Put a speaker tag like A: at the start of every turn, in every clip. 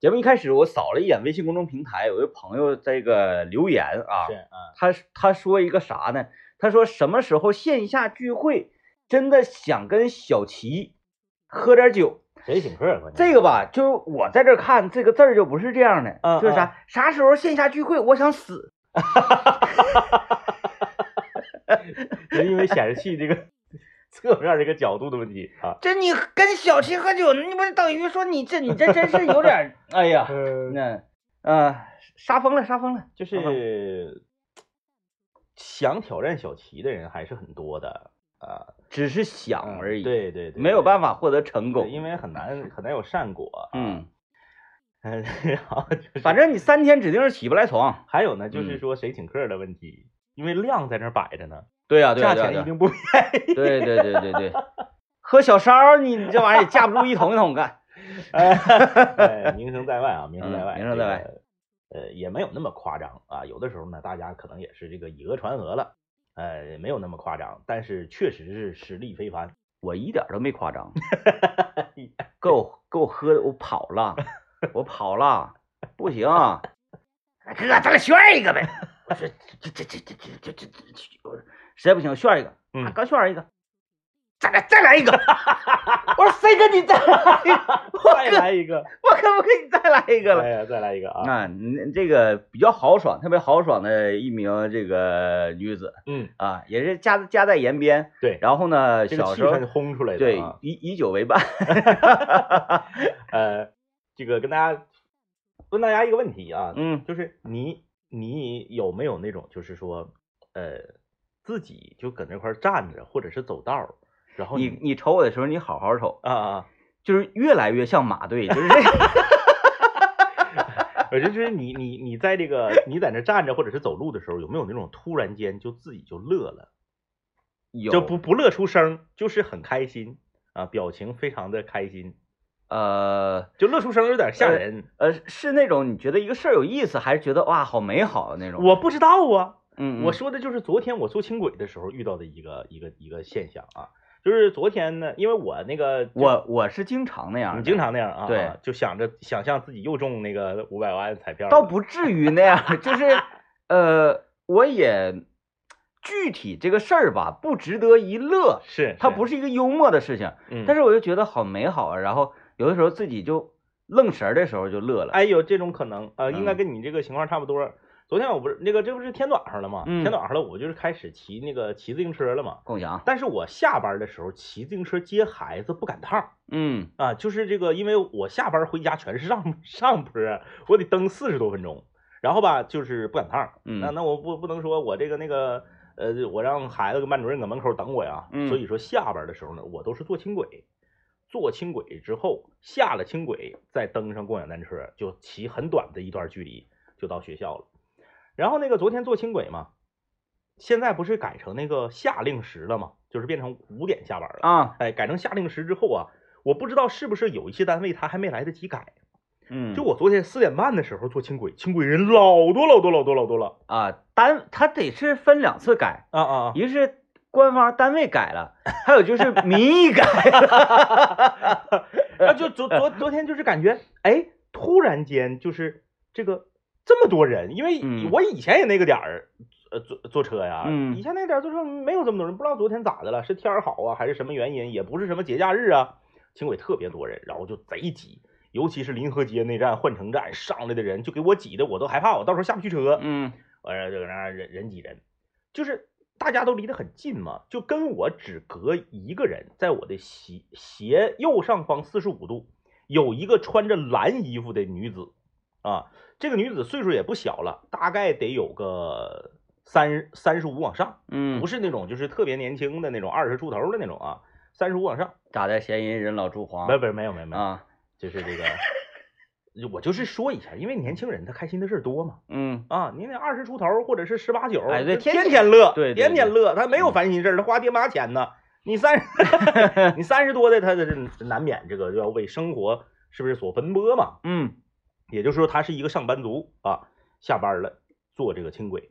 A: 节目一开始我扫了一眼微信公众平台，有位朋友这个留言啊，
B: 是啊，
A: 他他说一个啥呢？他说什么时候线下聚会，真的想跟小齐喝点酒。
B: 谁请客？啊关键
A: 这个吧，就我在这儿看这个字儿就不是这样的，
B: 嗯
A: 就是啥啥时候线下聚会，我想死。
B: 是因为显示器 这个侧面这个角度的问题啊。
A: 这你跟小齐喝酒，你不是等于说你这你这真是有点儿， 哎呀，
B: 嗯，
A: 那呃杀疯了杀疯了，
B: 就
A: 好吧
B: 是想挑战小齐的人还是很多的啊，
A: 只是想而已，，
B: 对对对，
A: 没有办法
B: 法，
A: 获得成
B: 对
A: 功。
B: 因为很难很难有善果。
A: 嗯，
B: 嗯， 然后就是
A: 反正你三天指定是起不来床。
B: 还有呢，就是
A: 嗯
B: 说谁请客的问题，因为量在那儿摆着呢，
A: 对啊呀、对呀、
B: 价
A: 对呀、
B: 钱一定不便宜。
A: 对对对对对， 喝小烧儿你这玩意儿也架不住一桶一桶干。
B: 哎，名声在外啊，名声在
A: 嗯
B: 外，
A: 名声
B: 这
A: 在外
B: 个。呃，也没有那么夸张啊，有的时候呢，大家可能也是这个以讹传讹了，呃，没有那么夸张，但是确实是实力非 凡。
A: 我一点儿都没夸 张，给我给我喝的，我跑了，我跑了，不行， 哥，咱俩炫一个呗。我说这这这这这这这这，我说实在不行炫一个，
B: 嗯
A: 啊，刚炫一个，咱俩再来 一个。我说谁跟你再来 一个？
B: 再来一个，
A: 我可不可以再来一个了？
B: 哎呀，再来一个啊！
A: 啊，你这个比较豪爽，特别豪爽的一名这个女子
B: 嗯，
A: 啊，也是家家在延边，
B: 对，
A: 然后呢，
B: 这个
A: 小
B: 气
A: 时候
B: 氛烘出来的、
A: 对
B: 啊。
A: 以以酒为 伴，
B: 呃，这个跟大家问大家一个问题啊，
A: 嗯
B: 就是你你有没有那种就是说，呃，自己就搁那块儿站着，或者是走道儿，然后
A: 你你瞅我的时候，你好好瞅，
B: 啊啊，
A: 就是越来越像马队，就是这个
B: 啊我就是你你你在这个你在那站着或者是走路的时候，有没有那种突然间就自己就乐了，
A: 有
B: 就不不乐出声，就是很开心啊，表情非常的开心，
A: 呃
B: 就乐出声有点吓人。
A: 呃是那种你觉得一个事儿有意思，还是觉得哇好美好的那种？
B: 我不知道啊，
A: 嗯
B: 我
A: 是
B: 说的就是昨天我坐轻轨的时候遇到的一个一个一个现象啊，就是昨天呢，因为我那个
A: 我我是经常那样的，
B: 你经常那样啊，
A: 对，
B: 就想着想象自己又中那个五百万彩票了，
A: 倒不至于那样， 就是呃，我也具体这个事儿吧，不值得一乐，
B: 是
A: 它不
B: 是，
A: 是一个幽默的事情，
B: 嗯
A: 但是我就觉得好美好啊。然后有的时候自己就愣神儿的时候就乐了，
B: 哎有这种可能呃，应该
A: 嗯
B: 跟你这个情况差不多。昨天我不是那个这不是天暖上了吗？
A: 嗯
B: 天暖上了，我就是开始骑那个骑自行车了嘛。
A: 共享，
B: 但是我下班的时候骑自行车接孩子不赶趟儿
A: 嗯
B: 啊，就是这个，因为我下班回家全是上 上坡儿，啊我得蹬四十多分钟，然后吧就是不赶趟儿。
A: 嗯，
B: 那那我不不能说我这个那个呃，我让孩子跟班主任搁门口等我呀。
A: 嗯
B: 所以说下班的时候呢，我都是坐轻轨，坐轻轨之后下了轻轨，再登上共享单车，就骑很短的一段距离就到学校了。然后那个昨天坐轻轨嘛，现在不是改成那个夏令时了嘛，就是变成五点下班了。
A: 啊，
B: 哎，改成夏令时之后啊，我不知道是不是有一些单位他还没来得及改。
A: 嗯，
B: 就我昨天四点半的时候坐轻轨，轻轨人老多老多老多老多了。
A: 啊，单它得是分两次改，
B: 啊啊啊！
A: 一个是官方单位改了，还有 就是民意改了，
B: 啊，就昨昨昨天就是感觉，哎，突然间就是这个这么多人，因为
A: 嗯
B: 我以前也那个点儿，呃，坐坐车呀，
A: 嗯
B: 以前那个点儿坐车没有这么多人，不知道昨天咋的了，是天儿好啊，还是什么原因，也不是什么节假日啊，轻轨特别多人，然后就贼挤，尤其是临河街那站、换乘站上来的人，就给我挤的我都害怕，我到时候下不去车，
A: 嗯
B: 呃，这个啥人人挤人，就是大家都离得很近嘛，就跟我只隔一个人，在我的斜斜右上方四十五度有一个穿着蓝衣服的女子啊，这个女子岁数也不小了，大概得有个三三十五往上，
A: 嗯，
B: 不是那种就是特别年轻的那种二十出头的那种啊，三十五往上，
A: 咋的？嫌疑人老朱黄
B: 没有没有没有没有没有，
A: 啊，
B: 就是 这个，我就是说一下，因为年轻人他开心的事儿多嘛。
A: 嗯
B: 啊，你那二十出头或者是十八九，
A: 哎对
B: 天
A: 天
B: 天乐，
A: 对对
B: 天天
A: 对
B: 乐，他没有烦心事儿，他花爹妈钱呢。你三十， 你三十多的，他这难免这个要为生活是不是所奔波嘛？
A: 嗯
B: 也就是说，他是一个上班族啊，下班了坐这个轻轨，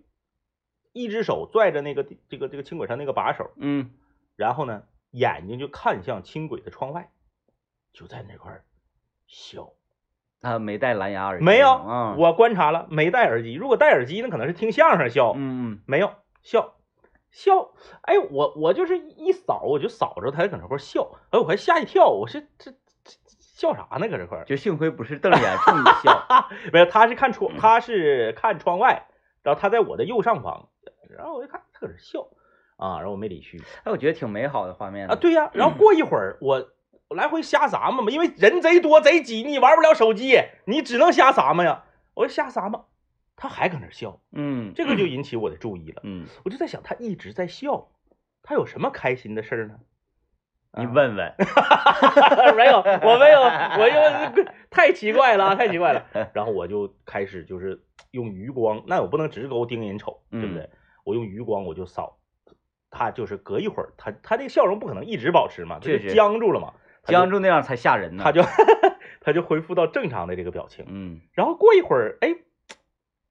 B: 一只手拽着那个这个这个轻轨上那个把手，
A: 嗯
B: 然后呢，眼睛就看向轻轨的窗外，就在那块儿笑，
A: 他没戴蓝牙耳机，
B: 没有
A: 啊，
B: 我观察了，没戴耳机。如果戴耳机，那可能是听相声笑，
A: 嗯嗯
B: 没有笑笑。哎，我我就是一扫，我就扫着他搁那块儿笑，哎，我还吓一跳，我说这这这笑啥呢？搁这块儿
A: 就幸亏不是瞪着眼冲你 笑，
B: 没有，他是看窗，他是看窗外，然后他在我的右上方，然后我就看他搁这笑啊，然后我没理去
A: 哎，我觉得挺美好的画面的
B: 啊，，对呀、然后过一会儿我。我来回瞎撒嘛嘛，因为人贼多贼挤，你玩不了手机，你只能瞎撒嘛呀。我就瞎撒嘛，他还搁那儿笑，
A: 嗯
B: 这个就引起我的注意了。
A: 嗯，
B: 我就在想，他一直在笑，他有什么开心的事儿呢？
A: 你问问，
B: 没有，我没有，我 因为太奇怪了，啊太奇怪了。然后我就开始就是用余光，那我不能直勾盯人瞅，对不对？我用余光我就扫，他就是隔一会儿，他他这个笑容不可能一直保持嘛，他就
A: 确实
B: 僵住了嘛，他就
A: 僵住那样才吓人呢，
B: 他就他就恢复到正常的这个表情。
A: 嗯
B: 然后过一会儿，哎，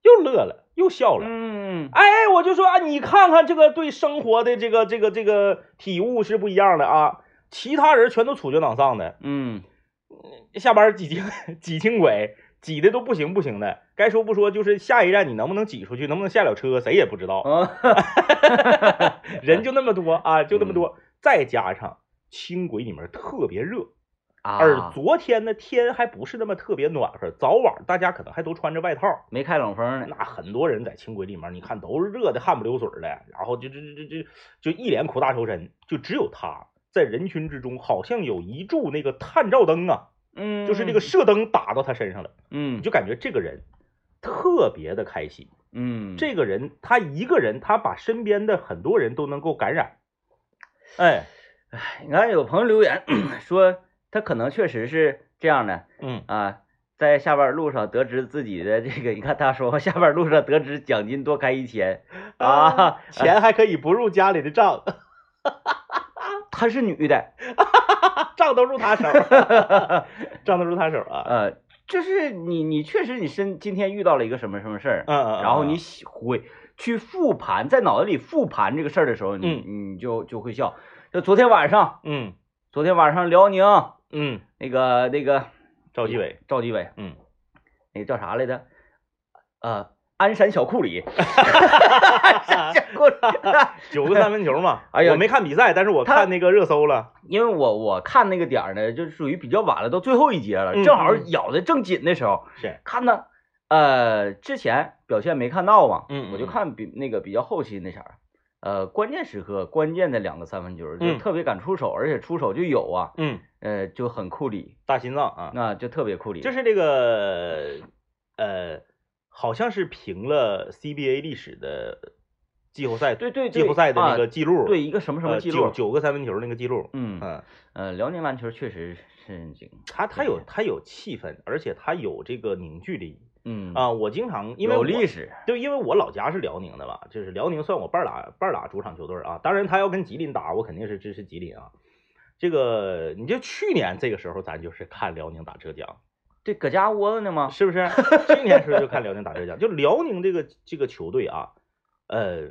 B: 又乐了，又笑了。
A: 嗯
B: 哎，我就说啊，你看看这个对生活的这个这个这个体悟是不一样的啊。其他人全都杵着脑丧的，
A: 嗯，
B: 下班 挤轻挤轻轨，挤的都不行不行的。该说不说，就是下一站你能不能挤出去，能不能下了车，谁也不知道。
A: 啊，
B: 啊 人就那么多啊，就那么多。再加上轻轨里面特别热，
A: 啊
B: 而昨天的天还不是那么特别暖和，早晚大家可能还都穿着外套。
A: 没开冷风呢，
B: 那很多人在轻轨里面，你看都是热的汗不流水儿的，然后就这这这这就一脸苦大仇深，就只有他在人群之中，好像有一柱那个探照灯啊，
A: 嗯，
B: 就是那个，射灯打到他身上了，
A: 嗯
B: 你就感觉这个人特别的开心。
A: 嗯，
B: 这个人他一个人，他把身边的很多人都能够感染。哎，
A: 你看有朋友留言 说他可能确实是这样的
B: 嗯，
A: 啊。在下班路上得知自己的这个，你看他说下班路上得知奖金多开一千啊，
B: 钱还可以不入家里的账，
A: 她是女的，
B: 账都入他手， 账都入他手啊。
A: 呃，就是你你确实你身今天遇到了一个什么什么事儿，
B: 嗯嗯，嗯
A: 然后你喜回去复盘，在脑子里复盘这个事儿的时候，你你就就会笑。就昨天晚上，
B: 嗯
A: 昨天晚上辽宁
B: 嗯，
A: 那个那个
B: 赵继伟，
A: 赵继伟，
B: 嗯。
A: 那个叫啥来着？呃，鞍山小库里，
B: 啊 九个三分球嘛。
A: 哎呀
B: 我没看比赛，但是我
A: 他
B: 看那个热搜了。
A: 因为我我看那个点儿呢，就属于比较晚了，都最后一节了，
B: 嗯
A: 正好
B: 嗯
A: 咬的正紧的时候，
B: 是，
A: 看呢，呃，之前表现没看到嘛，
B: 嗯嗯
A: 我就
B: 嗯
A: 看比那个比较后期那啥儿，呃，关键时刻关键的两个三分球，就
B: 嗯
A: 特别敢出手，而且出手就有啊，
B: 嗯，
A: 呃，就很库里，
B: 大心脏啊，
A: 那就特别库里，
B: 就是这个呃，好像是平了 CBA 历史的季后赛
A: 对对对
B: 季后赛的那个
A: 啊
B: 记录，
A: 对一个什么什么
B: 呃
A: 记
B: 九
A: 录，
B: 九个三分球那个记录。
A: 嗯，
B: 嗯，
A: 呃，辽宁篮球确实是这个，
B: 他他有他有气氛，而且他有这个凝聚力
A: 嗯，
B: 啊！我经常因为
A: 有
B: 我
A: 历史，
B: 对，因为我老家是辽宁的嘛，就是辽宁算我半拉半拉主场球队啊。当然，他要跟吉林打，我肯定是支持吉林啊。这个，你就去年这个时候，咱就是看辽宁打浙江，
A: 对，搁家窝子呢吗？
B: 是不是？去年时候就看辽宁打浙江，就辽宁这个这个球队啊，呃，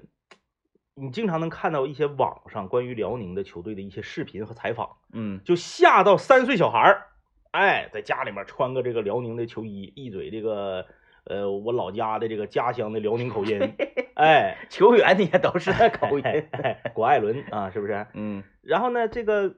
B: 你经常能看到一些网上关于辽宁的球队的一些视频和采访，
A: 嗯
B: 就吓到三岁小孩儿，哎，在家里面穿个这个辽宁的球衣，一嘴这个呃我老家的这个家乡的辽宁口 音，哎。
A: 球员也都是 那口音，
B: 古艾伦啊，是不是？
A: 嗯
B: 然后呢，这个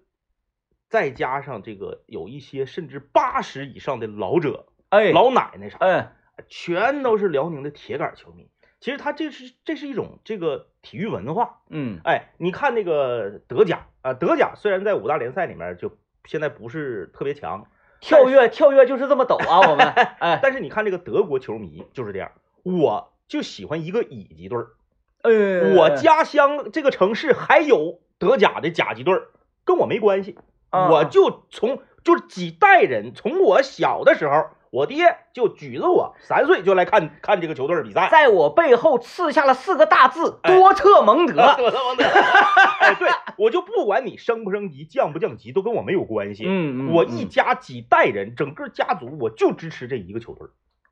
B: 再加上这个有一些甚至八十以上的老者、
A: 哎
B: 老奶奶啥，
A: 哎
B: 全都是辽宁的铁杆球迷。其实他这是这是一种这个体育文化。
A: 嗯
B: 哎，你看那个德甲啊，德甲虽然在五大联赛里面就现在不是特别强，
A: 跳跃跳跃就是这么抖 啊，我们哎
B: 但是你看这个德国球迷就是这样，我就喜欢一个乙级队儿。
A: 呃，
B: 我家乡这个城市还有德甲的甲级队儿，跟我没关系。
A: 啊
B: 我就从就是几代人，从我小的时候，我爹就举着我三岁就来看看这个球队比赛。
A: 在我背后刺下了四个大字：
B: 哎
A: 多特蒙德。
B: 我他妈的！哎，对我就不管你升不升级、降不降级，都跟我没有关系。
A: 嗯
B: 我一家几代人，整个家族我就支持这一个球队，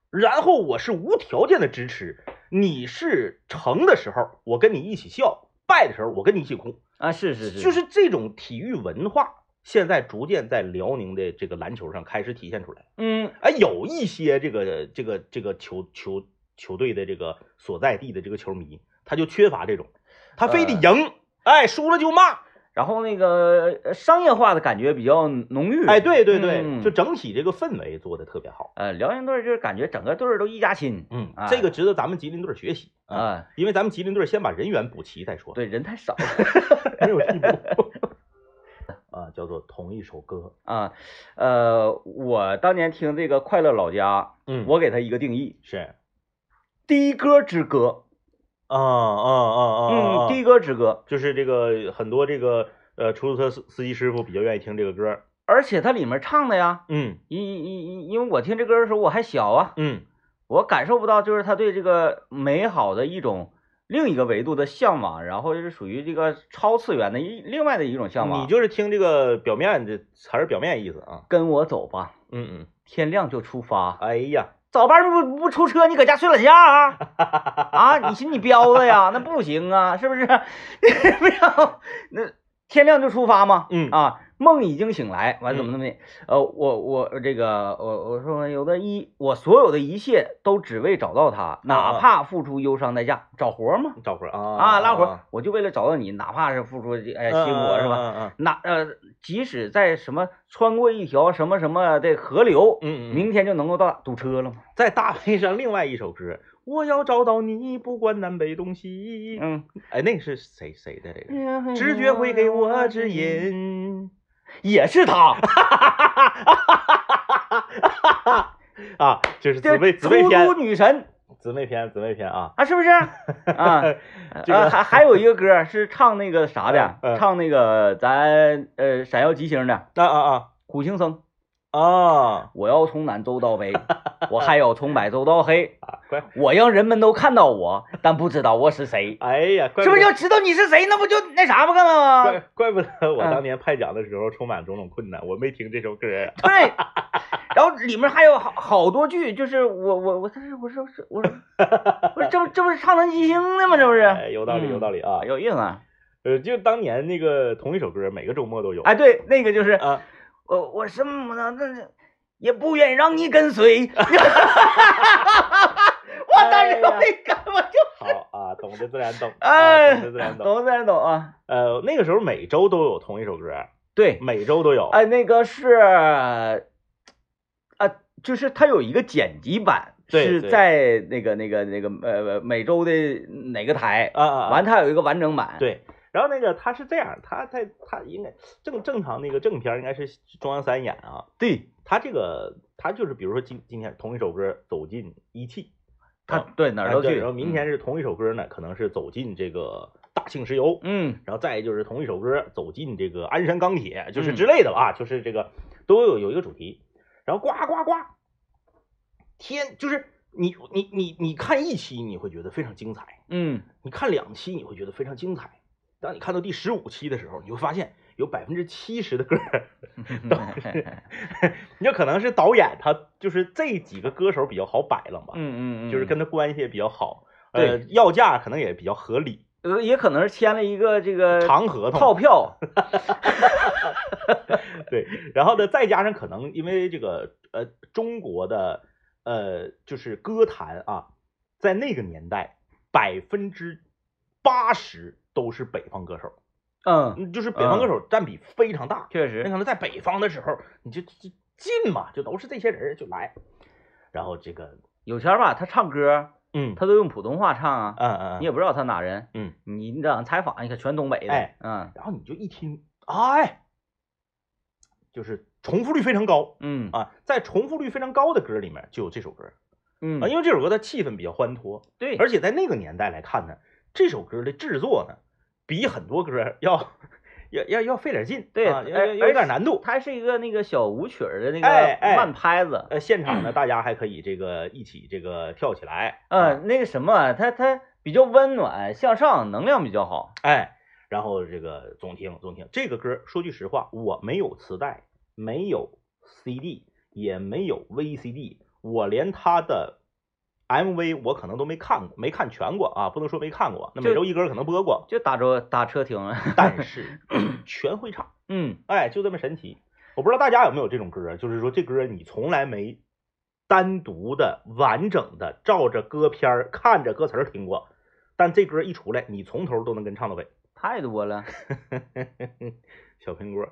B: 然后我是无条件的支持。你是成的时候，我跟你一起笑；败的时候，我跟你一起哭。
A: 啊，是是是，
B: 就是这种体育文化现在逐渐在辽宁的这个篮球上开始体现出来。
A: 嗯，
B: 哎，有一些这个这个这个球球球队的这个所在地的这个球迷，他就缺乏这种，他非得
A: 嗯
B: 赢，哎，输了就骂，
A: 然后那个呃商业化的感觉比较浓郁。
B: 哎，对对对，
A: 嗯
B: 就整体这个氛围做的特别好。
A: 呃，辽宁队就是感觉整个队儿都一家亲
B: 嗯
A: 哎，
B: 这个值得咱们吉林队学习
A: 啊、
B: 啊，因为咱们吉林队先把人员补齐再说，
A: 对，人太少了
B: 没有替补 啊，叫做同一首歌。
A: 啊。呃，我当年听这个《快乐老家》，
B: 嗯我
A: 我给他一个定义：
B: 是啊
A: 的哥之歌。
B: 啊啊
A: 嗯，
B: 嗯，
A: 的
B: 第
A: 哥之歌，
B: 就是这个很多这个呃出租车司司机师傅比较愿意听这个歌。
A: 而且它里面唱的呀，
B: 嗯
A: 因因因因为我听这歌的时候我还小啊，
B: 嗯
A: 我感受不到就是他对这个美好的一种另一个维度的向往，然后就是属于这个超次元的一另外的一种向往。
B: 你就是听这个表面的词儿表面意思啊。
A: 跟我走吧，
B: 嗯嗯，
A: 天亮就出发。
B: 哎呀，
A: 早班不不出车，你搁家睡懒觉啊？啊，你寻你彪子呀？那不行啊，是不 是？不要，那天亮就出发吗？
B: 嗯
A: 啊，梦已经醒来，完
B: 嗯
A: 怎么怎么的？呃，我我这个我我说有的一，我所有的一切都只为找到他，
B: 啊
A: 哪怕付出忧伤代价，找活嘛
B: 找活儿啊
A: 啊，拉活
B: 啊，，嗯
A: 我就为了找到你，哪怕是付出哎辛苦是吧？
B: 吧？
A: 哪呃，即使在什么穿过一条什么什么的河流，
B: 嗯嗯，
A: 明天就能够到达堵车了吗？
B: 再搭配上另外一首歌，我要找到你，不管南北东西。
A: 嗯，
B: 哎，那是谁谁的这个？直觉会给我指，引。
A: 也是 他。
B: 啊，就是姊妹姊
A: 出
B: 妹篇
A: 租，女神
B: 姊妹篇，姊妹篇啊。
A: 啊，是不 是？啊，
B: 这个
A: 呃，还还有一个歌是唱那个啥的
B: 嗯嗯，
A: 唱那个咱呃闪耀吉星的
B: 啊啊
A: 苦行僧。
B: 啊啊！
A: 我要从南走 到北，我还要从白走到黑，
B: 啊快！
A: 我让人们都看到我，但不知道我是 谁。
B: 哎呀，怪
A: 是不
B: 不
A: 是
B: 得
A: 要知道你是谁，那不就那啥不干了
B: 怪
A: 吗？
B: 怪不得我
A: 嗯
B: 当年派奖的时候充满种种困难，我没听这首歌啊。
A: 对。然后里面还有好好多句，就是我我我，这是我是我是我是我 是这不这不是唱咱吉星的吗？这不是？
B: 哎，有道理，
A: 嗯
B: 有道理啊
A: 啊，。有意思啊！
B: 呃，就当年那个同一首歌，每个周末都有。
A: 哎，对，那个就是
B: 啊，
A: 我呃我什么呢？那也不愿让你跟随。 我当
B: 哎
A: 时我一看我就
B: 好啊，懂的自然懂，啊，
A: 哎
B: 懂的自然懂。
A: 懂自然懂啊。
B: 呃，那个时候每周都有同一首歌，
A: 对，
B: 每周都有。
A: 哎，那个是啊，就是它有一个剪辑版，
B: 对
A: 是
B: 对
A: 在那个那个那个呃每周的哪个台，
B: 啊啊，啊
A: 完它有一个完整版。，
B: 对，然后那个他是这样，他他他应该正正常那个正片儿应该是中央三演啊，
A: 对，
B: 他这个他就是比如说今今天同一首歌走进一汽，
A: 它对哪
B: 哪
A: 儿都去。
B: 哦哎
A: 嗯
B: 然后明天是同一首歌呢，可能是走进这个大庆石油，
A: 嗯，
B: 然后再就是同一首歌走进这个鞍山钢铁，就是
A: 嗯
B: 之类的吧，就是这个都有有一个主题，然后呱呱呱，天就是你你你你看一期你会觉得非常精彩。
A: 嗯
B: 你看两期你会觉得非常精彩，当你看到第十五期的时候，你会发现有百分之七十的歌儿，
A: 嗯
B: 你有可能是导演他就是这几个歌手比较好摆了吧，
A: 嗯嗯，嗯
B: 就是跟他关系也比较好，
A: 对
B: 呃，要价可能也比较合理，
A: 呃，也可能是签了一个这个
B: 长合
A: 呃套
B: 同
A: 票，
B: 对，然后呢，再加上可能因为这个呃中国的呃就是歌坛啊，在那个年代百分之八十都是北方歌手，
A: 嗯，
B: 嗯就是北方歌
A: 嗯
B: 手占比非常大。
A: 确
B: 那
A: 实，
B: 可能在北方的时候，你就就近嘛，就都是这些人儿就来，然后这个，
A: 有钱儿吧，他唱歌
B: 嗯，
A: 他都用普通话唱啊，
B: 嗯嗯，
A: 你也不知道他哪人，
B: 嗯，
A: 你你让采访一下，全东北的，
B: 哎
A: 嗯
B: 然后你就一听，哎，就是重复率非常高
A: 嗯
B: 啊，在重复率非常高的歌里面就有这首歌
A: 嗯
B: 啊，因为这首歌它气氛比较欢脱，
A: 对，
B: 而且在那个年代来看呢，这首歌的制作呢，比很多歌儿要要要要费点劲，
A: 对
B: 啊要
A: 而
B: 要要有
A: 而
B: 点难度。
A: 它是一个那个小舞曲儿的那
B: 哎
A: 个
B: 哎
A: 慢拍子，
B: 呃，现场呢，大家还可以这个一起这个跳起来，啊
A: 嗯，那个什么，它它比较温暖向上，能量比较好，
B: 哎，然后这个总听总听这个歌，说句实话，我没有磁带，没有 CD，也没有 VCD，我连他的 MV 我可能都没看过，没看全过啊，不能说没看过，那每
A: 就
B: 周一歌可能播过，
A: 就打着打车听了，
B: 但是全会唱，
A: 嗯，
B: 哎，就这么神奇。我不知道大家有没有这种歌，啊就是说这歌你从来没单独的、完整的照着歌片儿看着歌词儿听过，但这歌一出来，你从头都能跟唱到尾。
A: 太多了。
B: 小苹果，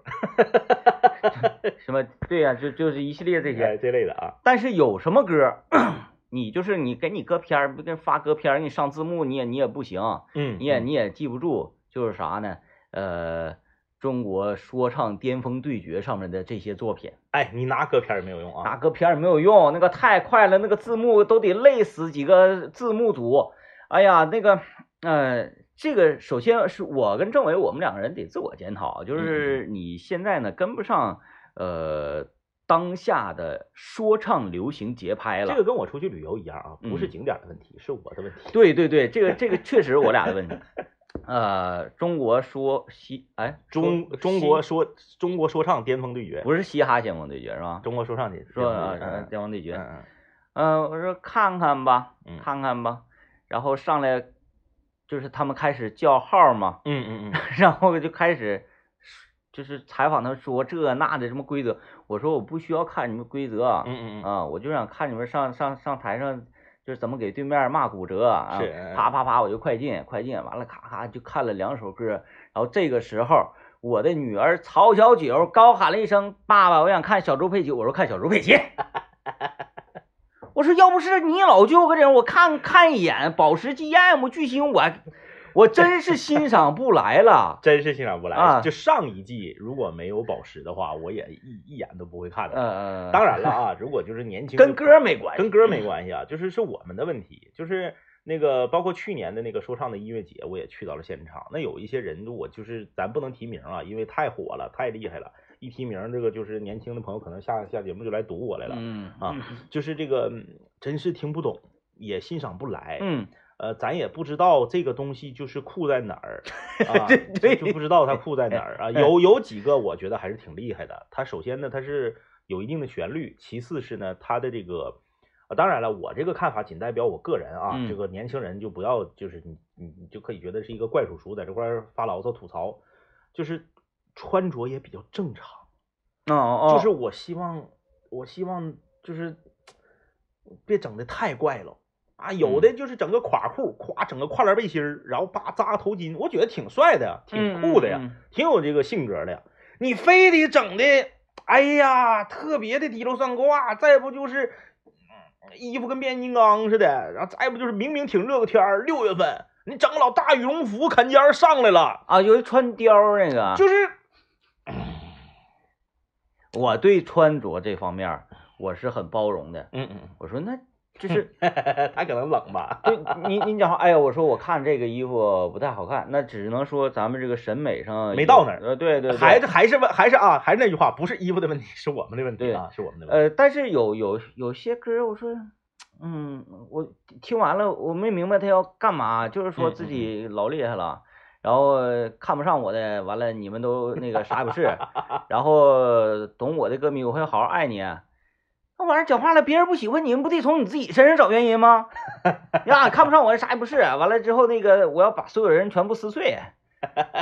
A: 什么？对呀、就就是一系列这
B: 哎
A: 些。
B: 这类的啊，
A: 但是有什么歌儿， 你就是你给你歌片儿，不跟发歌片儿，你上字幕你也你也不行，
B: 嗯
A: 你也
B: 嗯
A: 你也记不住，就是啥呢？呃，中国说唱巅峰对决上面的这些作品，
B: 哎，你拿歌片儿也没有用啊
A: 拿。歌片儿没有用，那个太快了，那个字幕都得累死几个字幕组。哎呀，那个，呃，这个首先是我跟政委，我们两个人得自我检讨，
B: 嗯
A: 就是你现在呢跟不上，呃，当下的说唱流行节拍了。
B: 这个跟我出去旅游一样啊，不是
A: 嗯
B: 景点儿的问题，是我的问题。
A: 对对对，这个这个确实我俩的问题。呃，中国说嘻，哎，
B: 中
A: 说
B: 中
A: 嘻
B: 国说中国说唱巅峰对决，
A: 不是嘻哈先锋对决是吧？
B: 中国说唱巅
A: 说
B: 巅峰
A: 啊，
B: 对决嗯
A: 巅峰对决。
B: 嗯嗯
A: 嗯，我说看看吧
B: 嗯，
A: 看看吧，然后上来就是他们开始叫号嘛，
B: 嗯嗯嗯，
A: 然后就开始就是采访他说这那的什么规则，我说我不需要看你们规则啊，
B: 嗯嗯嗯，
A: 啊，我就想看你们上上上台上就是怎么给对面骂骨折啊，
B: 是嗯
A: 啪啪啪我就快进快进，完了咔咔就看了两首歌，然后这个时候。我的女儿曹小九高喊了一声：“爸爸，我想看小猪佩奇。”我说：“看小猪佩 奇。”我说：“要不是你老舅搁这儿，我看看一眼《宝石 GM 巨星》，我我真是欣赏不来 了。”
B: 真是欣赏不来。
A: 啊
B: 就上一季如果没有宝石的话，我也一一眼都不会看的。
A: 呃，
B: 当然了啊，如果就是年轻
A: 跟
B: 就
A: 歌没关系。
B: 跟歌没关系啊，就是是我们的问题，就是那个包括去年的那个说唱的音乐节，我也去到了现场。那有一些人，我就是咱不能提名啊，因为太火了，太厉害了，一提名这个就是年轻的朋友可能下下节目就来堵我来了，
A: 嗯
B: 啊就是这个嗯真是听不懂，也欣赏不来。
A: 嗯，
B: 呃，咱也不知道这个东西就是酷在哪儿 啊，
A: 对对
B: 就就不知道它酷在哪儿啊。
A: 哎
B: 有有几个我觉得还是挺厉害的。它首先呢，它是有一定的旋律，其次是呢，它的这个，啊，当然了，我这个看法仅代表我个人啊，
A: 嗯
B: 这个年轻人就不要就是你你你就可以觉得是一个怪叔叔在这块儿发牢骚吐槽，就是穿着也比较正常。
A: 哦哦，
B: 就是我希望，我希望就是别整的太怪了啊！有
A: 嗯
B: 的就是整个垮裤，垮整个跨栏背心儿，然后叭扎个头巾，我觉得挺帅的呀，挺酷的呀，
A: 嗯嗯
B: 挺有这个性格的呀。你非得整的，哎呀，特别的低头算卦，再不就是嗯衣服跟变形金刚似的，然后再不就是明明挺热个天儿，六月份你整个老大羽绒服坎肩儿上来了，
A: 啊，有一穿貂儿那个，啊
B: 就是
A: 我对穿着这方面儿我是很包容的。
B: 嗯嗯，
A: 我说那就是
B: 他可能冷吧。
A: 对你你讲话，哎呀，我说我看这个衣服不太好看，那只能说咱们这个审美上
B: 没
A: 有
B: 到那儿
A: 呃，对对，对
B: 还是还是问还是啊，还是那句话，不是衣服的问题，是我们的问题
A: 对
B: 啊，是我们的问题。
A: 呃，但是有有有些歌儿，我说，嗯，我听完了我没明白他要干嘛，就是说
B: 嗯
A: 自
B: 嗯嗯
A: 己老厉害了，然后看不上我的，完了你们都那个啥也不 是，然后懂我的歌迷我会好好爱你。那玩意儿讲话了，别人不喜欢你们，不得从你自己身上找原因吗？呀，看不上我啥也不是，完了之后那个我要把所有人全部撕 碎，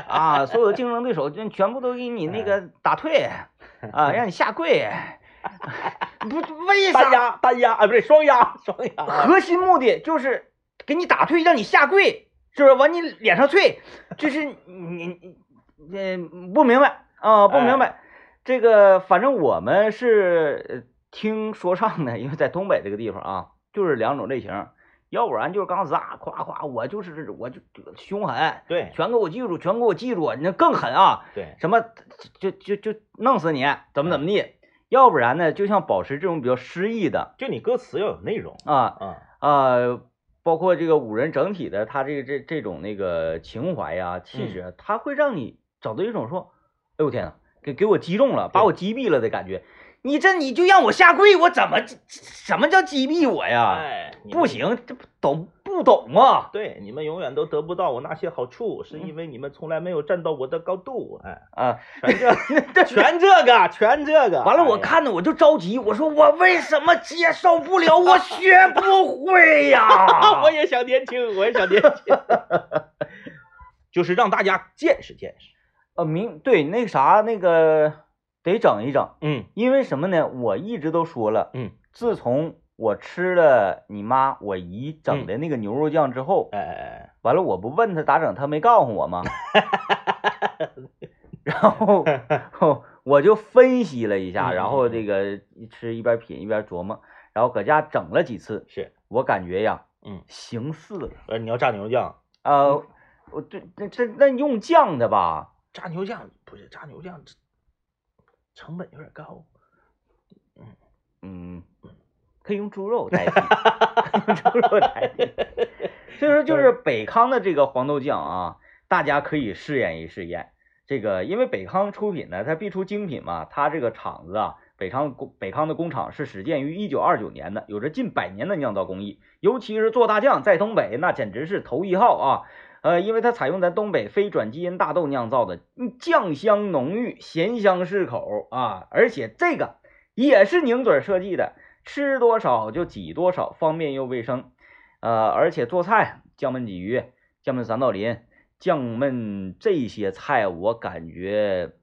A: 啊，所有的竞争对手就全部都给你那个打退，啊，让你下跪，不为
B: 单
A: 啥？
B: 压单压啊，不对，双压双压啊。
A: 核心目的就是给你打退，让你下跪，是不是？往你脸上啐，就是你你你呃不明白啊、不明白。这个反正我们是呃听说唱的，因为在东北这个地方啊，就是两种类型，要不然就是刚子啊，夸夸，我就是我就凶狠，
B: 对
A: 全给我记住，全给我记住，那更狠啊！
B: 对，
A: 什么就就就弄死你，怎么怎么地。要不然呢，就像宝石这种比较诗意的
B: 就你歌词要有内容
A: 啊
B: 啊。
A: 啊、包括这个五人整体的，他这个这这种那个情怀呀、气
B: 嗯
A: 质啊，他会让你找到一种说，哎呦天呐，给给我击中了，把我击毙了的感觉。你这你就让我下跪，我怎么什么叫击毙我呀？
B: 哎，你们
A: 不。行，这不懂不懂啊？
B: 对，你们永远都得不到我那些好处，是因为你们从来没有站到我的高度。哎，
A: 啊，
B: 全 这全这个，全这个。
A: 完了，我
B: 哎呀，
A: 看着我就着急，我说我为什么接受不了？我学不会呀！
B: 啊我也 想年轻，我也想年轻，就是让大家见识见识。
A: 呃，明对那啥那个得整一整，
B: 嗯
A: 因为什么呢？我一直都说了，
B: 嗯，
A: 自从我吃了你妈我姨
B: 嗯
A: 整的那个牛肉酱之后，
B: 哎哎
A: 完了我不问他咋整，他没告诉我吗？ 然后哦
B: 哎哎，
A: 我就分析了一下，
B: 嗯
A: 然后这个一吃一边品一边琢磨，然后搁家整了几次，
B: 是，
A: 我感觉呀，
B: 嗯，
A: 形似了。
B: 呃，你要炸牛肉酱，
A: 呃，我这这这那用酱的吧，
B: 炸牛肉酱不是炸牛肉酱，这成本有点高。
A: 嗯，可以用猪肉代替，用猪肉代替。所以说，就是北康的这个黄豆酱啊，大家可以试验一试验。这个因为北康出品呢，它必出精品嘛，它这个厂子啊。北康工北康的工厂是始建于一九二九年的，有着近百年的酿造工艺，尤其是做大酱，在东北那简直是头一号啊！呃，因为它采用咱东北非转基因大豆酿造的，嗯酱香浓郁，咸香适口啊！而且这个也是拧嘴儿设计的，吃多少就挤多少，方便又卫生。呃，而且做菜，酱焖鲫鱼、酱焖三道鳞、酱焖这些菜，我感觉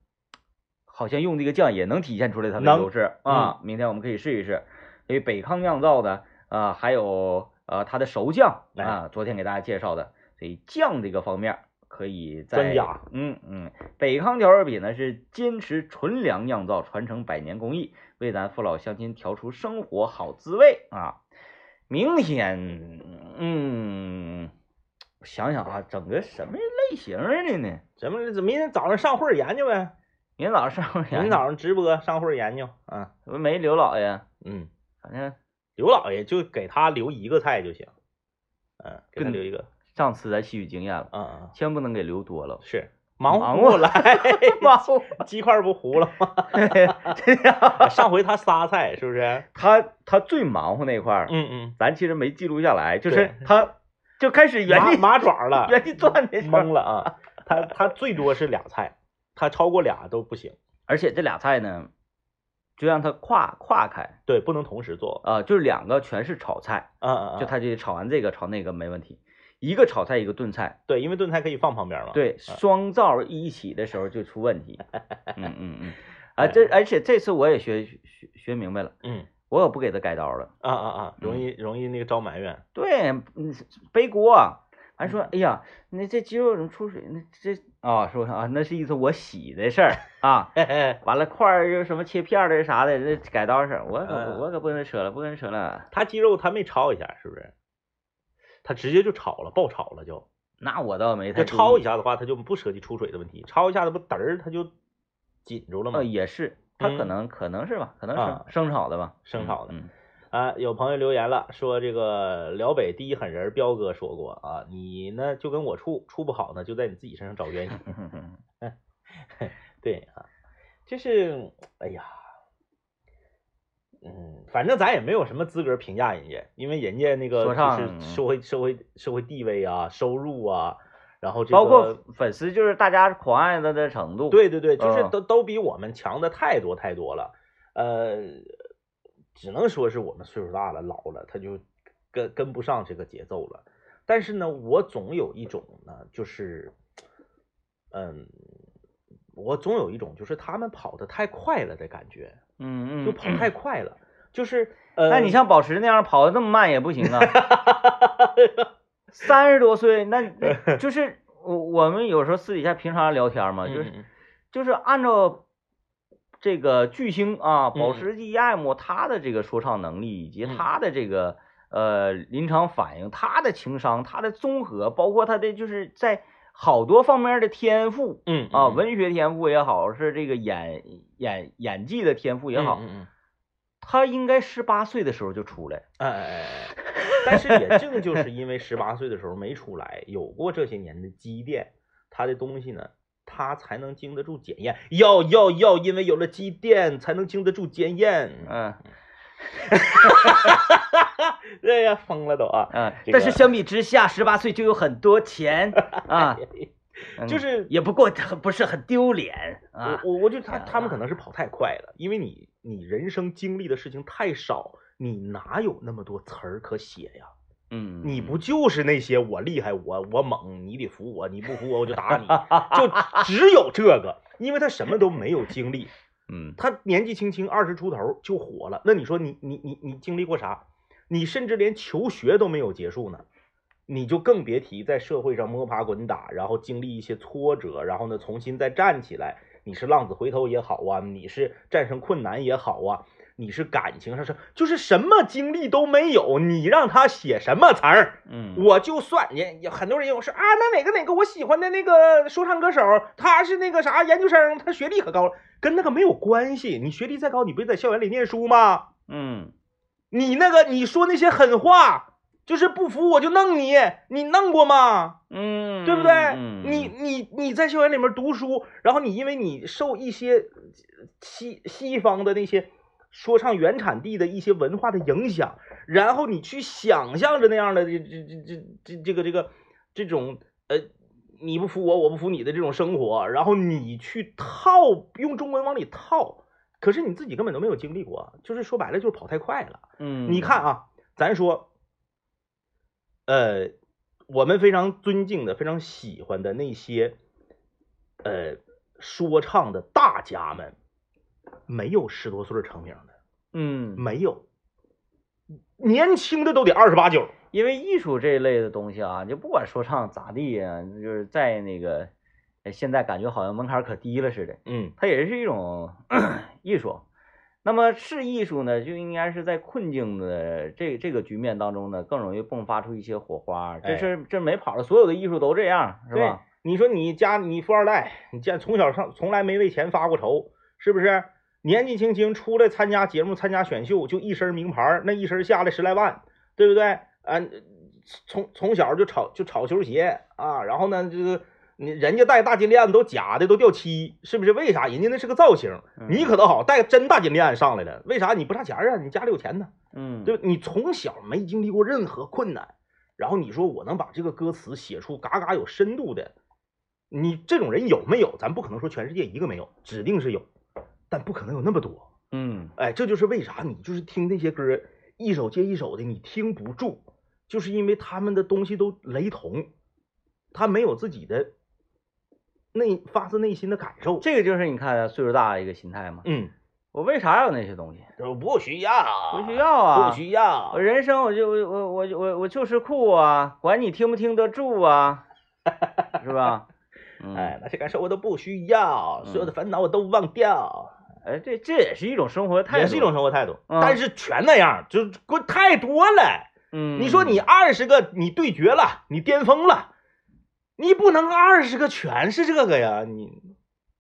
A: 好像用这个酱也能体现出来它的
B: 能
A: 优势啊。明天我们可以试一试，因为北康酿造的，呃，还有呃它的熟酱
B: 哎
A: 啊，昨天给大家介绍的，所以酱这个方面可以在
B: 专家
A: 嗯嗯，北康调味品呢是坚持纯粮酿造，传承百年工艺，为咱父老乡亲调出生活好滋味啊！明天，嗯，我想想啊，整个什么类型的呢？
B: 咱们明天早上上会儿研究呗，
A: 明天早上上
B: 明天早上直播上会儿研究啊。
A: 不没刘老爷，
B: 嗯，
A: 反正
B: 刘老爷就给他留一个菜就行，嗯、给他
A: 跟
B: 留一个，
A: 上次咱吸取经验了，
B: 嗯嗯，，
A: 千万不能给留多了
B: 是忙
A: 忙
B: 活
A: 活
B: 来，
A: 妈我
B: 鸡块儿不糊了吗？
A: 这样
B: 上回他仨菜是不是？
A: 他他最忙活那块儿，
B: 嗯嗯，
A: 咱其实没记录下来，就是
B: 对
A: 他就开始原
B: 麻
A: 地
B: 麻爪了，
A: 原地转那时候
B: 懵了啊。他他最多是俩菜，他超过俩都不行。
A: 而且这俩菜呢，就让它跨跨开
B: 对，不能同时做。
A: 啊、就是两个全是炒菜，
B: 嗯嗯嗯，
A: 就他就炒完这个炒那个没问题，一个炒菜一个炖菜，
B: 对，因为炖菜可以放旁边嘛。，啊
A: 对，双灶一起的时候就出问 题，嗯嗯嗯，啊这而且这次我也学学学明白了，
B: 嗯，
A: 我可不给他改刀了，
B: 啊啊啊，容易容易那个招埋怨。
A: 对，嗯背锅。还
B: 嗯
A: 说，哎呀，那这鸡肉怎么出水？那这啊，说啊，那是意思我洗的事儿啊，
B: 嘿嘿，
A: 完了块儿又什么切片儿的啥的，这改刀手，我可
B: 嗯
A: 不我可不跟他扯了，不跟他扯了。
B: 他鸡肉他没焯一下，是不是？他直接就炒了，爆炒了就。
A: 那我倒没
B: 就
A: 太
B: 焯一
A: 下，
B: 下的话，他就不涉及出水的问题。焯一下，子不嘚儿他就紧住了吗
A: 呃，？也是，他可
B: 嗯
A: 能可能是吧，可能
B: 啊
A: 生生炒的吧，
B: 生
A: 嗯
B: 炒的
A: 嗯，
B: 啊，有朋友留言了，说这个辽北第一狠人彪哥说过啊，你呢就跟我处处不好呢，就在你自己身上找原因。 对啊，就是哎呀，嗯，反正咱也没有什么资格评价人家，因为人家那个
A: 说
B: 就
A: 唱
B: 是社会社会社会地位啊、收入啊，然后这个
A: 包括粉丝就是大家狂爱他的程度，，
B: 对对对，就是
A: 嗯
B: 都、都比我们强的太多太多了。呃，只能说是我们岁数大了，老了，他就跟跟不上这个节奏了。但是呢，我总有一种呢，就是，嗯，我总有一种就是他们跑得太快了的感觉，
A: 嗯嗯，
B: 就跑太快了，就是呃，
A: 那你像保时那样跑的那么慢也不行 啊，三十多岁那那 就是我我们有时候私底下平常聊天嘛，
B: 嗯
A: 就是
B: 嗯
A: 就是按照这个巨星啊，
B: 嗯
A: 保时捷 EM 他的这个说唱能力以及
B: 嗯
A: 他的这个呃临场反应、他的情商、他的综合，包括他的就是在好多方面的天赋
B: 嗯
A: 啊，
B: 嗯
A: 文学天赋也好，是这个演演演技的天赋也好
B: 嗯，嗯嗯
A: 他应该十八岁的时候就出来。
B: 哎哎哎哎，但是也正就是因为十八岁的时候没出来，有过这些年的积淀，他的东西呢，他才能经得住检验。要要要，因为有了积淀，才能经得住检验。
A: 嗯
B: 哎呀，疯了都啊！
A: 嗯，
B: 这
A: 但
B: 个
A: 是相比之下，十八岁就有很多 钱啊，嗯
B: 就是
A: 也不过不是很丢脸啊
B: 我。我我就他
A: 啊
B: 他们可能是跑太快了，因为你你人生经历的事情太少，你哪有那么多词儿可写呀？
A: 嗯，
B: 你不就是那些我厉害我我猛，你得服我，你不服我我就打你，就只有这个，因为他什么都没有经历，
A: 嗯，
B: 他年纪轻轻二十出头就火了，那你说你你你你经历过啥？你甚至连求学都没有结束呢，你就更别提在社会上摸爬滚打，然后经历一些挫折，然后呢重新再站起来。你是浪子回头也好啊，你是战胜困难也好啊，你是感情上是就是什么经历都没有，你让他写什么词儿？
A: 嗯，
B: 我就算也也很多人也有说啊，那哪个哪个我喜欢的那个说唱歌手，他是那个啥研究生，他学历可高了，跟那个没有关系。你学历再高，你不是在校园里念书吗？
A: 嗯
B: 你那个你说那些狠话，就是不服我就弄你，你弄过吗？
A: 嗯，
B: 对不对？
A: 嗯
B: 你你你在校园里面读书，然后你因为你受一些西西方的那些说唱原产地的一些文化的影响，然后你去想象着那样的这这这这这这个这个这种呃你不服我我不服你的这种生活，然后你去套用中文往里套，可是你自己根本都没有经历过，就是说白了就是跑太快了。
A: 嗯，
B: 你看啊，咱说，呃，我们非常尊敬的、非常喜欢的那些，呃，说唱的大家们，没有十多岁成名的，
A: 嗯，
B: 没有，年轻的都得二十八九。
A: 因为艺术这一类的东西啊，就不管说唱咋地呀、就是在那个呃现在感觉好像门槛可低了似的，
B: 嗯
A: 它也是一种 艺术。那么是艺术呢，就应该是在困境的这这个局面当中呢，更容易迸发出一些火花。这
B: 哎
A: 是这没跑了，所有的艺术都这样，是吧？
B: 你说你家你富二代，你家从小上从来没为钱发过愁，是不是？年纪轻轻出来参加节目、参加选秀，就一身名牌儿，那一身下来十来万，对不对？啊、从从小就炒就炒球鞋啊，然后呢，这个你人家戴大金链子都假的，都掉漆，是不是？为啥？人家那是个造型，你可倒好，戴个真大金链子上来了，为啥？你不差钱儿啊，你家里有钱呢。
A: 嗯，
B: 对吧，你从小没经历过任何困难，然后你说我能把这个歌词写出嘎嘎有深度的，你这种人有没有？咱不可能说全世界一个没有，指定是有，但不可能有那么多。
A: 嗯
B: 哎，这就是为啥你就是听这些歌一首接一首的，你听不住，就是因为他们的东西都雷同，他没有自己的内发自内心的感受。
A: 这个就是你看岁数大的一个心态嘛。
B: 嗯，
A: 我为啥要那些东西？
B: 我不需要
A: 不需，要啊，
B: 要
A: 我人生我就我我我就我我就是酷啊，管你听不听得住啊， 是吧？嗯、
B: 哎，那些感受我都不需要，所有的
A: 嗯
B: 烦恼我都忘掉，
A: 哎，这这也是一种生活态度，
B: 也是一种生活态度。
A: 嗯
B: 但是全那样，就是过太多了。
A: 嗯，
B: 你说你二十个你对决了，你巅峰了，你不能二十个全是这个呀，你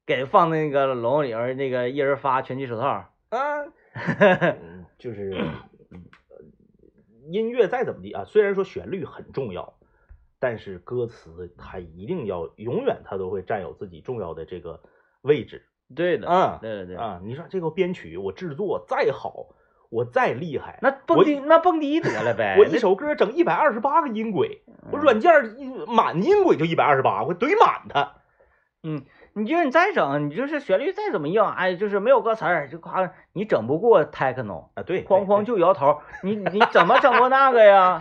A: 给放那个笼里面那个一人发拳击手套，
B: 啊，嗯就是呃音乐再怎么地啊，虽然说旋律很重要，但是歌词它一定要永远它都会占有自己重要的这个位置。
A: 对的，
B: 嗯
A: 对对对，
B: 啊，你说这个编曲我制作再好，我再厉害，
A: 那蹦
B: 我
A: 迪那哎嗯蹦迪得 了呗，
B: 我一首歌整一百二十八个音轨，我软件儿一满音轨就一百二十八，我怼满它。
A: 你就是你再整，你就是旋律再怎么硬，哎，就是没有歌词儿，就夸你整不过 techno，
B: 啊，对，
A: 哐哐就摇头，你你怎么整过那个 呀？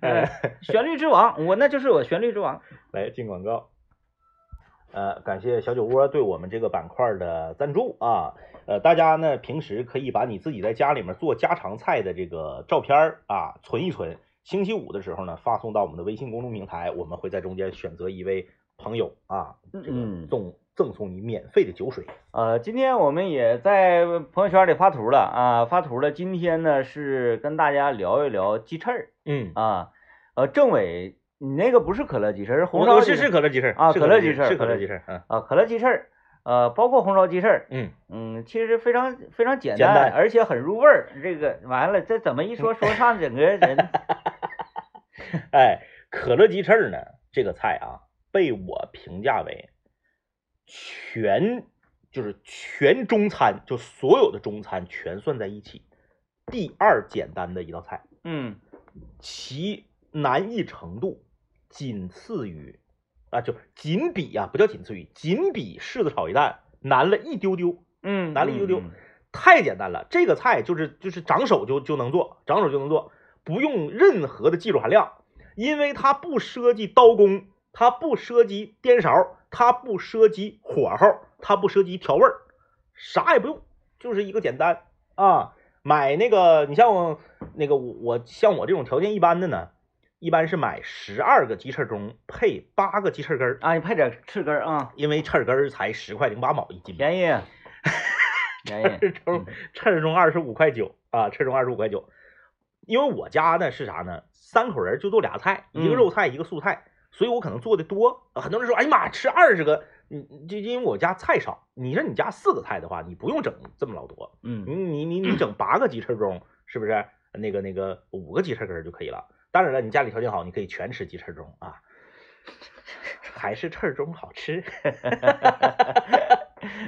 B: 哎，
A: 旋律之王，我那就是我旋律之王。
B: 来进广告。呃，感谢小酒窝对我们这个板块的赞助啊。呃，大家呢平时可以把你自己在家里面做家常菜的这个照片儿啊存一存，星期五的时候呢发送到我们的微信公众平台，我们会在中间选择一位朋友啊，这
A: 嗯
B: 个赠赠送你免费的酒水。
A: 呃，今天我们也在朋友圈里发图了啊，发图了。今天呢是跟大家聊一聊鸡翅儿
B: 嗯，
A: 啊，呃，政委，你那个不是可乐鸡翅，是红
B: 红
A: 烧
B: 烧
A: 鸡
B: 是
A: 翅
B: 是可乐鸡翅
A: 啊
B: 是
A: 可乐鸡翅
B: 是
A: 可
B: 可
A: 乐
B: 乐鸡翅，嗯
A: 啊，可乐鸡翅儿，呃，包括红烧鸡翅儿，
B: 嗯，
A: 嗯，其实非常非常简
B: 简
A: 单，
B: 单
A: 而且很入味儿。这个完了，这怎么一说说唱，整个人
B: 哎，可乐鸡翅呢这个菜啊，被我评价为全就是全中餐，就所有的中餐全算在一起，第二简单的一道菜，
A: 嗯
B: 其难易程度仅次于啊，就仅比啊，不叫仅次于，仅比柿子炒鸡蛋难了一丢丢。
A: 嗯，
B: 哪里
A: 嗯
B: 丢丢
A: 嗯
B: 太简单了，这个菜就是就是长手就就能做，长手就能做。不用任何的技术含量，因为它不涉及刀工，它不涉及颠勺，它不涉及火候，它不涉及调味儿，啥也不用，就是一个简单啊。买那个，你像我那个我我像我这种条件一般的呢，一般是买十二个鸡翅中配八个鸡翅根儿，
A: 啊，你配点翅根儿啊，
B: 因为翅儿根儿才十块零八毛一斤嘛。
A: 便宜，啊 便宜，
B: 翅中翅中二十五块九啊，翅中二十五块九。因为我家呢是啥呢，三口人就做俩菜，一个
A: 嗯
B: 肉菜一个素菜，所以我可能做的多。很多人说，哎呀妈，吃二十个，你你就因为我家菜少。你说你家四个菜的话，你不用整这么老多，你
A: 嗯，
B: 你你你整八个鸡翅中，是不是？那个那个五个鸡翅根儿就可以了。当然了，你家里条件好，你可以全吃鸡翅中啊，还是翅中好吃。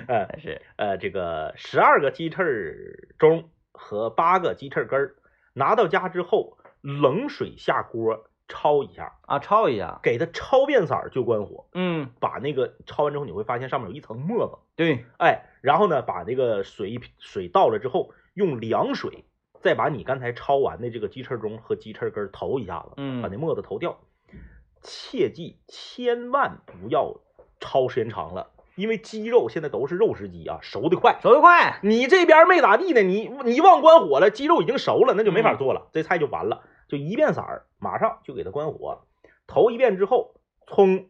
B: 嗯，
A: 还是，
B: 呃，这个十二个鸡翅儿中和八个鸡翅根儿，拿到家之后冷水下锅焯一下，
A: 啊，焯一下，
B: 给它焯变色儿就关火，
A: 嗯，
B: 把那个焯完之后你会发现上面有一层沫子，
A: 对，
B: 哎，然后呢把那个水水倒了之后，用凉水再把你刚才焯完的这个鸡翅中和鸡翅根儿投一下子，
A: 嗯
B: 把那沫子投掉，切记千万不要焯时间长了。因为鸡肉现在都是肉食鸡啊，熟的快，
A: 手得快，
B: 你这边没咋地呢，你你一忘关火了，鸡肉已经熟了，那就没法做了，这菜就完了，就一变色儿，马上就给它关火。头一遍之后，葱、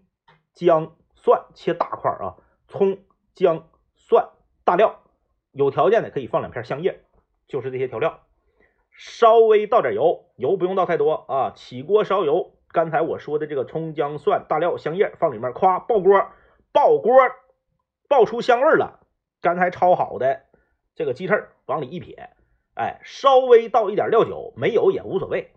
B: 姜、蒜切大块儿啊，葱、姜、蒜、大料，有条件的可以放两片香叶，就是这些调料。稍微倒点油，油不用倒太多啊，起锅烧油。刚才我说的这个葱、姜、蒜、大料、香叶放里面，夸爆锅，爆锅，爆出香味儿了。刚才焯好的这个鸡翅儿往里一撇，哎，稍微倒一点料酒，没有也无所谓，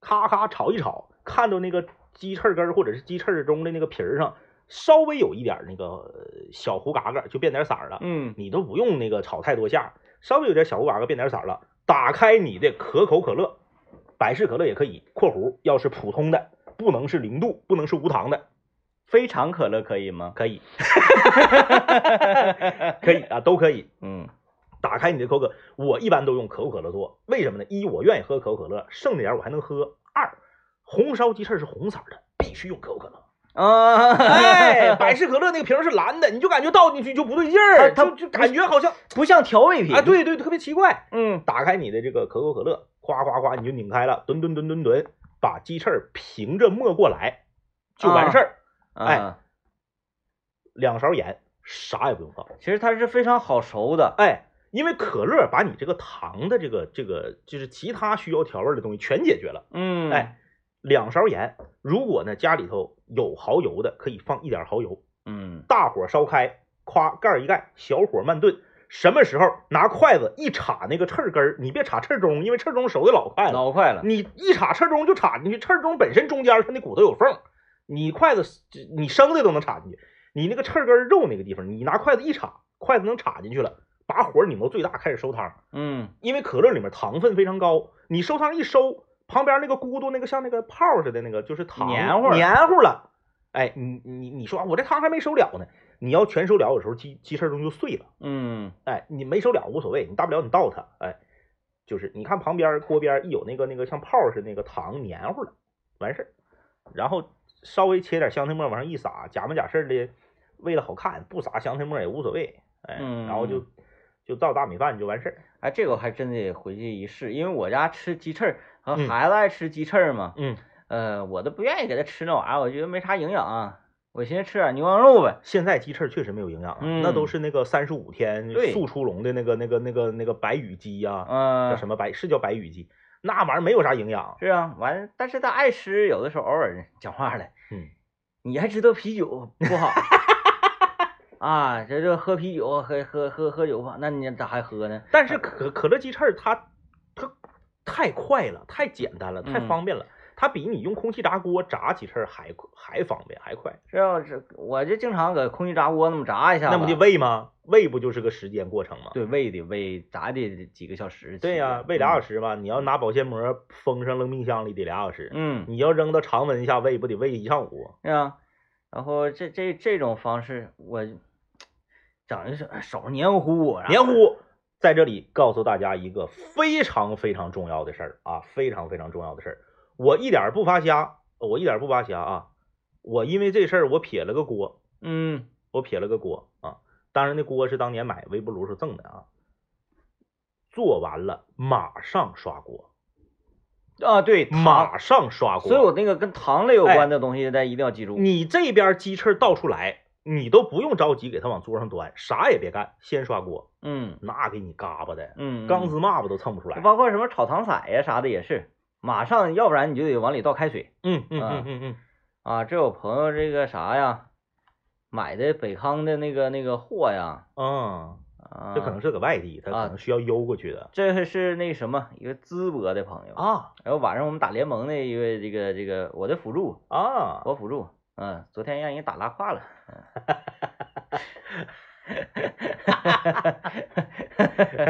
B: 咔咔炒一炒，看到那个鸡翅根儿或者是鸡翅中的那个皮儿上稍微有一点儿那个呃小糊嘎嘎，就变点色儿了。
A: 嗯，
B: 你都不用那个炒太多下，稍微有点小糊嘎嘎变点色儿了。打开你的可口可乐，百事可乐也可以（括弧要是普通的，不能是零度，不能是无糖的，
A: 非常可乐可以吗？
B: 可以，可以啊，都可以）。
A: 嗯，
B: 打开你的可口可，我一般都用可口可乐做，为什么呢？一，我愿意喝可口可乐，剩那点儿我还能喝；二，红烧鸡翅是红色儿的，必须用可口可乐。
A: 啊，
B: 哎，百事可乐那个瓶儿是蓝的，你就感觉倒进去就不对劲儿，
A: 它它
B: 就就感觉好像
A: 不像调味品
B: 啊，，对对，特别奇怪。
A: 嗯，
B: 打开你的这个可口可乐，哗哗哗，你就拧开了，吨吨吨吨吨，把鸡翅儿平着没过来就完事儿，哎
A: 哎，
B: 两勺盐，啥也不用放。
A: 其实它是非常好熟的，
B: 哎，因为可乐把你这个糖的这个这个就是其他需要调味儿的东西全解决了。
A: 嗯，
B: 哎，两勺盐，如果呢家里头有蚝油的，可以放一点蚝油，
A: 嗯，
B: 大火烧开，夸盖儿一盖，小火慢炖。什么时候拿筷子一插那个翅儿根儿，你别插翅中，因为翅中熟的老快了。
A: 老快了，
B: 你一插翅中就插进去，翅中本身中间它那骨头有缝，你筷子你生的都能插进去，你那个翅根肉那个地方，你拿筷子一插，筷子能插进去了，把火拧到最大开始收汤，
A: 嗯，
B: 因为可乐里面糖分非常高，你收汤一收，旁边那个咕嘟那个像那个泡似的那个就是糖
A: 黏糊了
B: 黏糊了，哎，你你你说啊我这汤还没收了呢，你要全收了，有时候鸡鸡翅中就碎了。
A: 嗯，
B: 哎，你没收了无所谓，你大不了你倒它，哎，就是你看旁边儿锅边儿一有那个那个像泡儿似的那个糖黏糊了，完事儿，然后稍微切点香菜末往上一撒，假模假式的，为了好看不撒香菜末也无所谓，哎，然后
A: 嗯
B: 就就倒大米饭就完事儿，
A: 哎，这个我还真得回去一试，因为我家吃鸡翅儿和
B: 嗯
A: 孩子爱吃鸡翅儿嘛，
B: 嗯，
A: 呃，我都不愿意给他吃那玩意儿，我觉得没啥营养啊，我寻思吃点牛羊肉呗，
B: 现在鸡翅确实没有营养啊，
A: 嗯
B: 那都是那个三十五天
A: 对
B: 速出笼的那个那个那个那个白羽鸡呀、
A: 嗯、
B: 叫什么白是叫白羽鸡，那玩意儿没有啥营养，
A: 是啊，完，但是他爱吃，有的时候偶尔讲话了，
B: 嗯，
A: 你还知道啤酒不 好啊？这这喝啤酒，喝喝喝喝酒吧，那你咋还喝呢？
B: 但是可可乐鸡翅儿它它太快了，太简单了，太
A: 嗯
B: 方便了，它比你用空气炸锅炸鸡翅儿还还方便还快。
A: 是啊，这我就经常搁空气炸锅那么炸一下子，
B: 那不得喂吗？喂不就是个时间过程吗？
A: 对喂得喂炸得几个小时起，嗯
B: 对呀、喂俩小
A: 时，
B: 时吧。你要拿保鲜膜封上扔冰箱里得俩小时，
A: 嗯，
B: 你要扔到常温下喂不得喂一上午？
A: 是啊，然后这这这种方式我。整的是手黏糊糊，然后啊
B: 黏糊在这里告诉大家一个非常非常重要的事儿啊，非常非常重要的事儿。我一点儿不扒瞎，我一点儿不扒瞎啊。我因为这事儿我撇了个锅，
A: 嗯，
B: 我撇了个锅啊。当然，那锅是当年买微波炉时候赠的啊。做完了马上刷锅，
A: 啊，对，糖，
B: 马上刷锅。
A: 所有那个跟糖类有关的东西，大家一定要记住。
B: 哎你这边鸡翅倒出来，你都不用着急给它往桌上端，啥也别干，先刷锅，
A: 嗯
B: 那给你嘎巴的，
A: 嗯，
B: 钢丝
A: 嗯
B: 抹布都蹭不出来。
A: 包括什么炒糖色呀啥的也是，马上要不然你就得往里倒开水
B: 嗯嗯嗯嗯嗯，
A: 啊。这有朋友这个啥呀，买的北康的那个那个货呀，
B: 嗯，
A: 啊，
B: 这可能是搁外地，他可能需要邮过去的
A: 这是那什么一个淄博的朋友，
B: 啊
A: 然后晚上我们打联盟的一位这个这个我的辅助，
B: 啊，
A: 我辅助，嗯，昨天让人打拉胯了，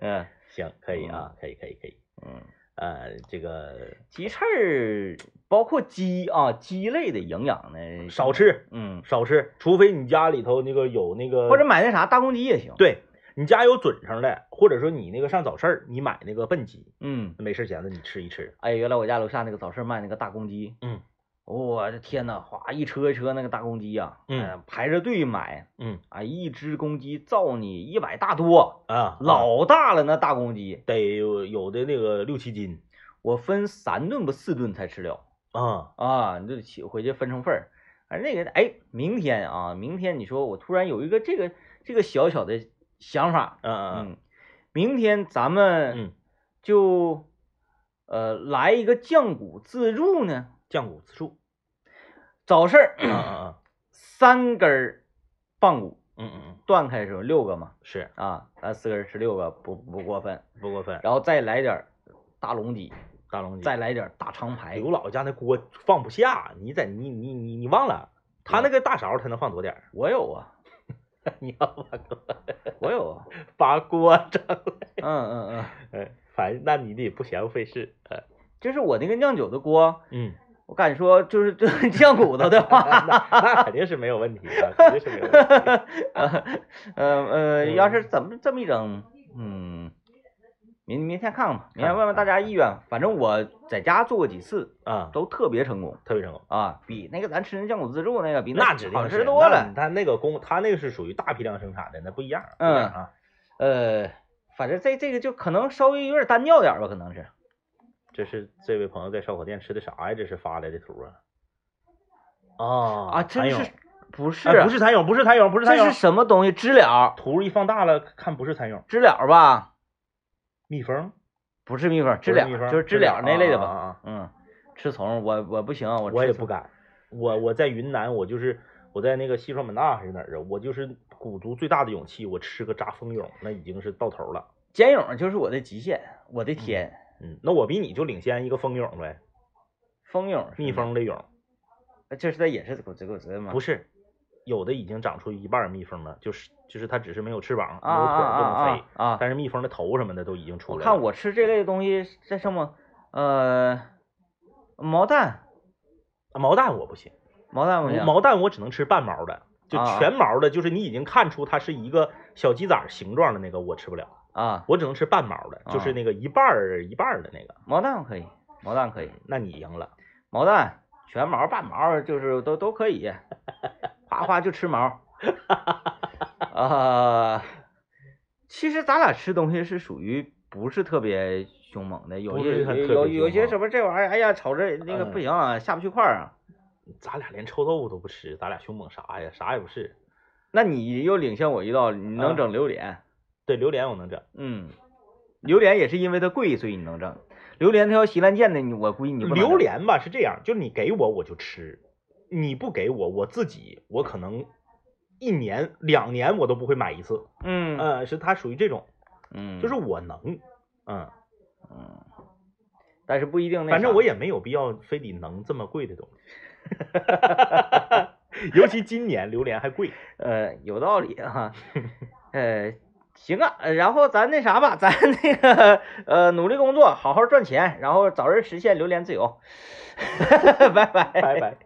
A: 嗯
B: 行，可以啊，可以可以可以，
A: 嗯，
B: 呃，这个
A: 鸡翅儿包括鸡啊鸡类的营养呢
B: 少，吃
A: 嗯，
B: 少吃，除非你家里头那个有那个
A: 或者买那啥大公鸡也行，，
B: 对。你家有准成的，或者说你那个上早市儿，你买那个笨鸡，
A: 嗯，
B: 没事闲的你吃一吃。
A: 哎，原来我家楼下那个早市卖那个大公鸡，
B: 嗯，
A: 我的天呐，哗一车一车那个大公鸡呀、
B: 嗯
A: 哎呀排着队买，
B: 嗯
A: 啊，一只公鸡造你一百大多，
B: 啊，
A: 老大了那大公鸡，
B: 得有有的那个六七斤
A: 我分三顿不四顿才吃了
B: 啊，
A: 啊，你就起回去分成份儿。而那个哎，明天啊，明天你说我突然有一个这个这个小小的想法，
B: 嗯嗯
A: 嗯，明天咱们
B: 嗯，
A: 就、呃来一个酱骨自助呢，
B: 酱骨自助，
A: 早 市儿。
B: 嗯嗯
A: 三根儿棒骨
B: 嗯嗯嗯，
A: 断开的时候六个嘛，
B: 是
A: 啊，咱四个人吃六个不不过分，
B: 不过分。
A: 然后再来点儿大龙脊，
B: 大龙
A: 再来点儿大肠排
B: 刘，老家那锅放不下，你在你你你你忘了，他
A: 嗯
B: 那个大勺他能放多点 儿，
A: 我有啊，
B: 你要把
A: 我有啊，
B: 把锅整，
A: 嗯嗯嗯，
B: 哎，反正那你得不嫌费事，呃，
A: 就是我那个酿酒的锅，
B: 嗯，
A: 我敢说就是就是酱骨头的话，
B: 那那肯定是没有问题啊，肯定是没有 问题。
A: 呃呃
B: 嗯
A: 呃，要是怎么这么一整，嗯。明明天看看吧，明天问问大家意愿。反正我在家做过几次，
B: 啊，
A: 都特别成功
B: 特别成功。
A: 啊，比那个咱吃那酱骨自助那个比
B: 那指
A: 指
B: 定
A: 好
B: 是
A: 吃多了
B: 那。他那个工，他那个是属于大批量生产的，那不一样，不一
A: 嗯
B: 样啊，
A: 呃，反正这这个就可能稍微有点单调点儿吧，可能是
B: 这是这位朋友在烧烤店吃的啥呀？这是发来的图啊。啊
A: 啊，
B: 蚕
A: 真
B: 蛹
A: 是不是、啊
B: 哎不是蚕蛹，不是蚕蛹，不是蚕
A: 这是
B: 蛹。
A: 什么东西？知了，
B: 图一放大了，看不是蚕蛹，
A: 知了吧？
B: 蜜蜂，
A: 不是蜜蜂，知
B: 不是
A: 了
B: 蜜蜂
A: 就是知了那类的吧？
B: 啊啊啊啊
A: 嗯，吃虫我我不行，我
B: 我也
A: 吃
B: 不
A: 虫
B: 敢。我我在云南，我就是我在那个西双版纳还是哪儿啊？我就是鼓足最大的勇气，我吃个炸蜂蛹，那已经是到头了。
A: 茧蛹就是我的极限，我的天，
B: 嗯，那我比你就领先一个蜂蛹呗，
A: 蜂蛹是
B: 蜜
A: 吗，
B: 蜂的蛹
A: 这是它也是狗这狗子吗？
B: 不
A: 是
B: 是，有的已经长出一半儿蜜蜂了，就是就是它只是没有翅膀，没
A: 啊
B: 有
A: 啊
B: 腿儿不能飞，
A: 啊啊啊！
B: 但是蜜蜂的头什么的都已经出
A: 我
B: 来了。
A: 看我吃这类东西，这什么呃毛蛋
B: 啊毛蛋我不行，
A: 毛蛋不行，
B: 毛蛋我只能吃半毛的，就
A: 啊啊
B: 全毛的，就是你已经看出它是一个小鸡仔形状的那个我吃不了。
A: 啊
B: 我只能吃半毛的，就是
A: 啊
B: 那个一半儿一半儿的那个。
A: 毛蛋可以，毛蛋可以。
B: 那你赢了，
A: 毛蛋、全毛、半毛，就是都都可以，夸夸就吃 毛。啊、其实咱俩吃东西是属于不是特别凶猛的，有
B: 不
A: 些
B: 是
A: 有
B: 特别
A: 有有些
B: 凶
A: 什
B: 猛
A: 么这玩意儿，哎呀，瞅着那个
B: 嗯
A: 不行啊，下不去块儿啊。
B: 咱俩连臭豆腐都不吃，咱俩凶猛啥呀？啥也不是。
A: 那你又领先我一道，你能
B: 嗯
A: 整榴莲？
B: 对，榴莲我能整，
A: 嗯，榴莲也是因为它贵，所以你能整。榴莲它要西兰剑的，你我估计你不能整
B: 榴莲吧是这样，就是你给我我就吃，你不给我我自己我可能一年两年我都不会买一次。
A: 嗯
B: 呃，是它属于这种，
A: 嗯，
B: 就是我能，嗯，
A: 嗯，但是不一定那啥。
B: 反正我也没有必要非得能这么贵 的东西。 尤其今年榴莲还贵，
A: 呃，有道理哈、呃，行啊，呃然后咱那啥吧，咱那个呃，努 力工作，好好赚钱，然后早日实现榴莲自由。拜拜，
B: 拜拜。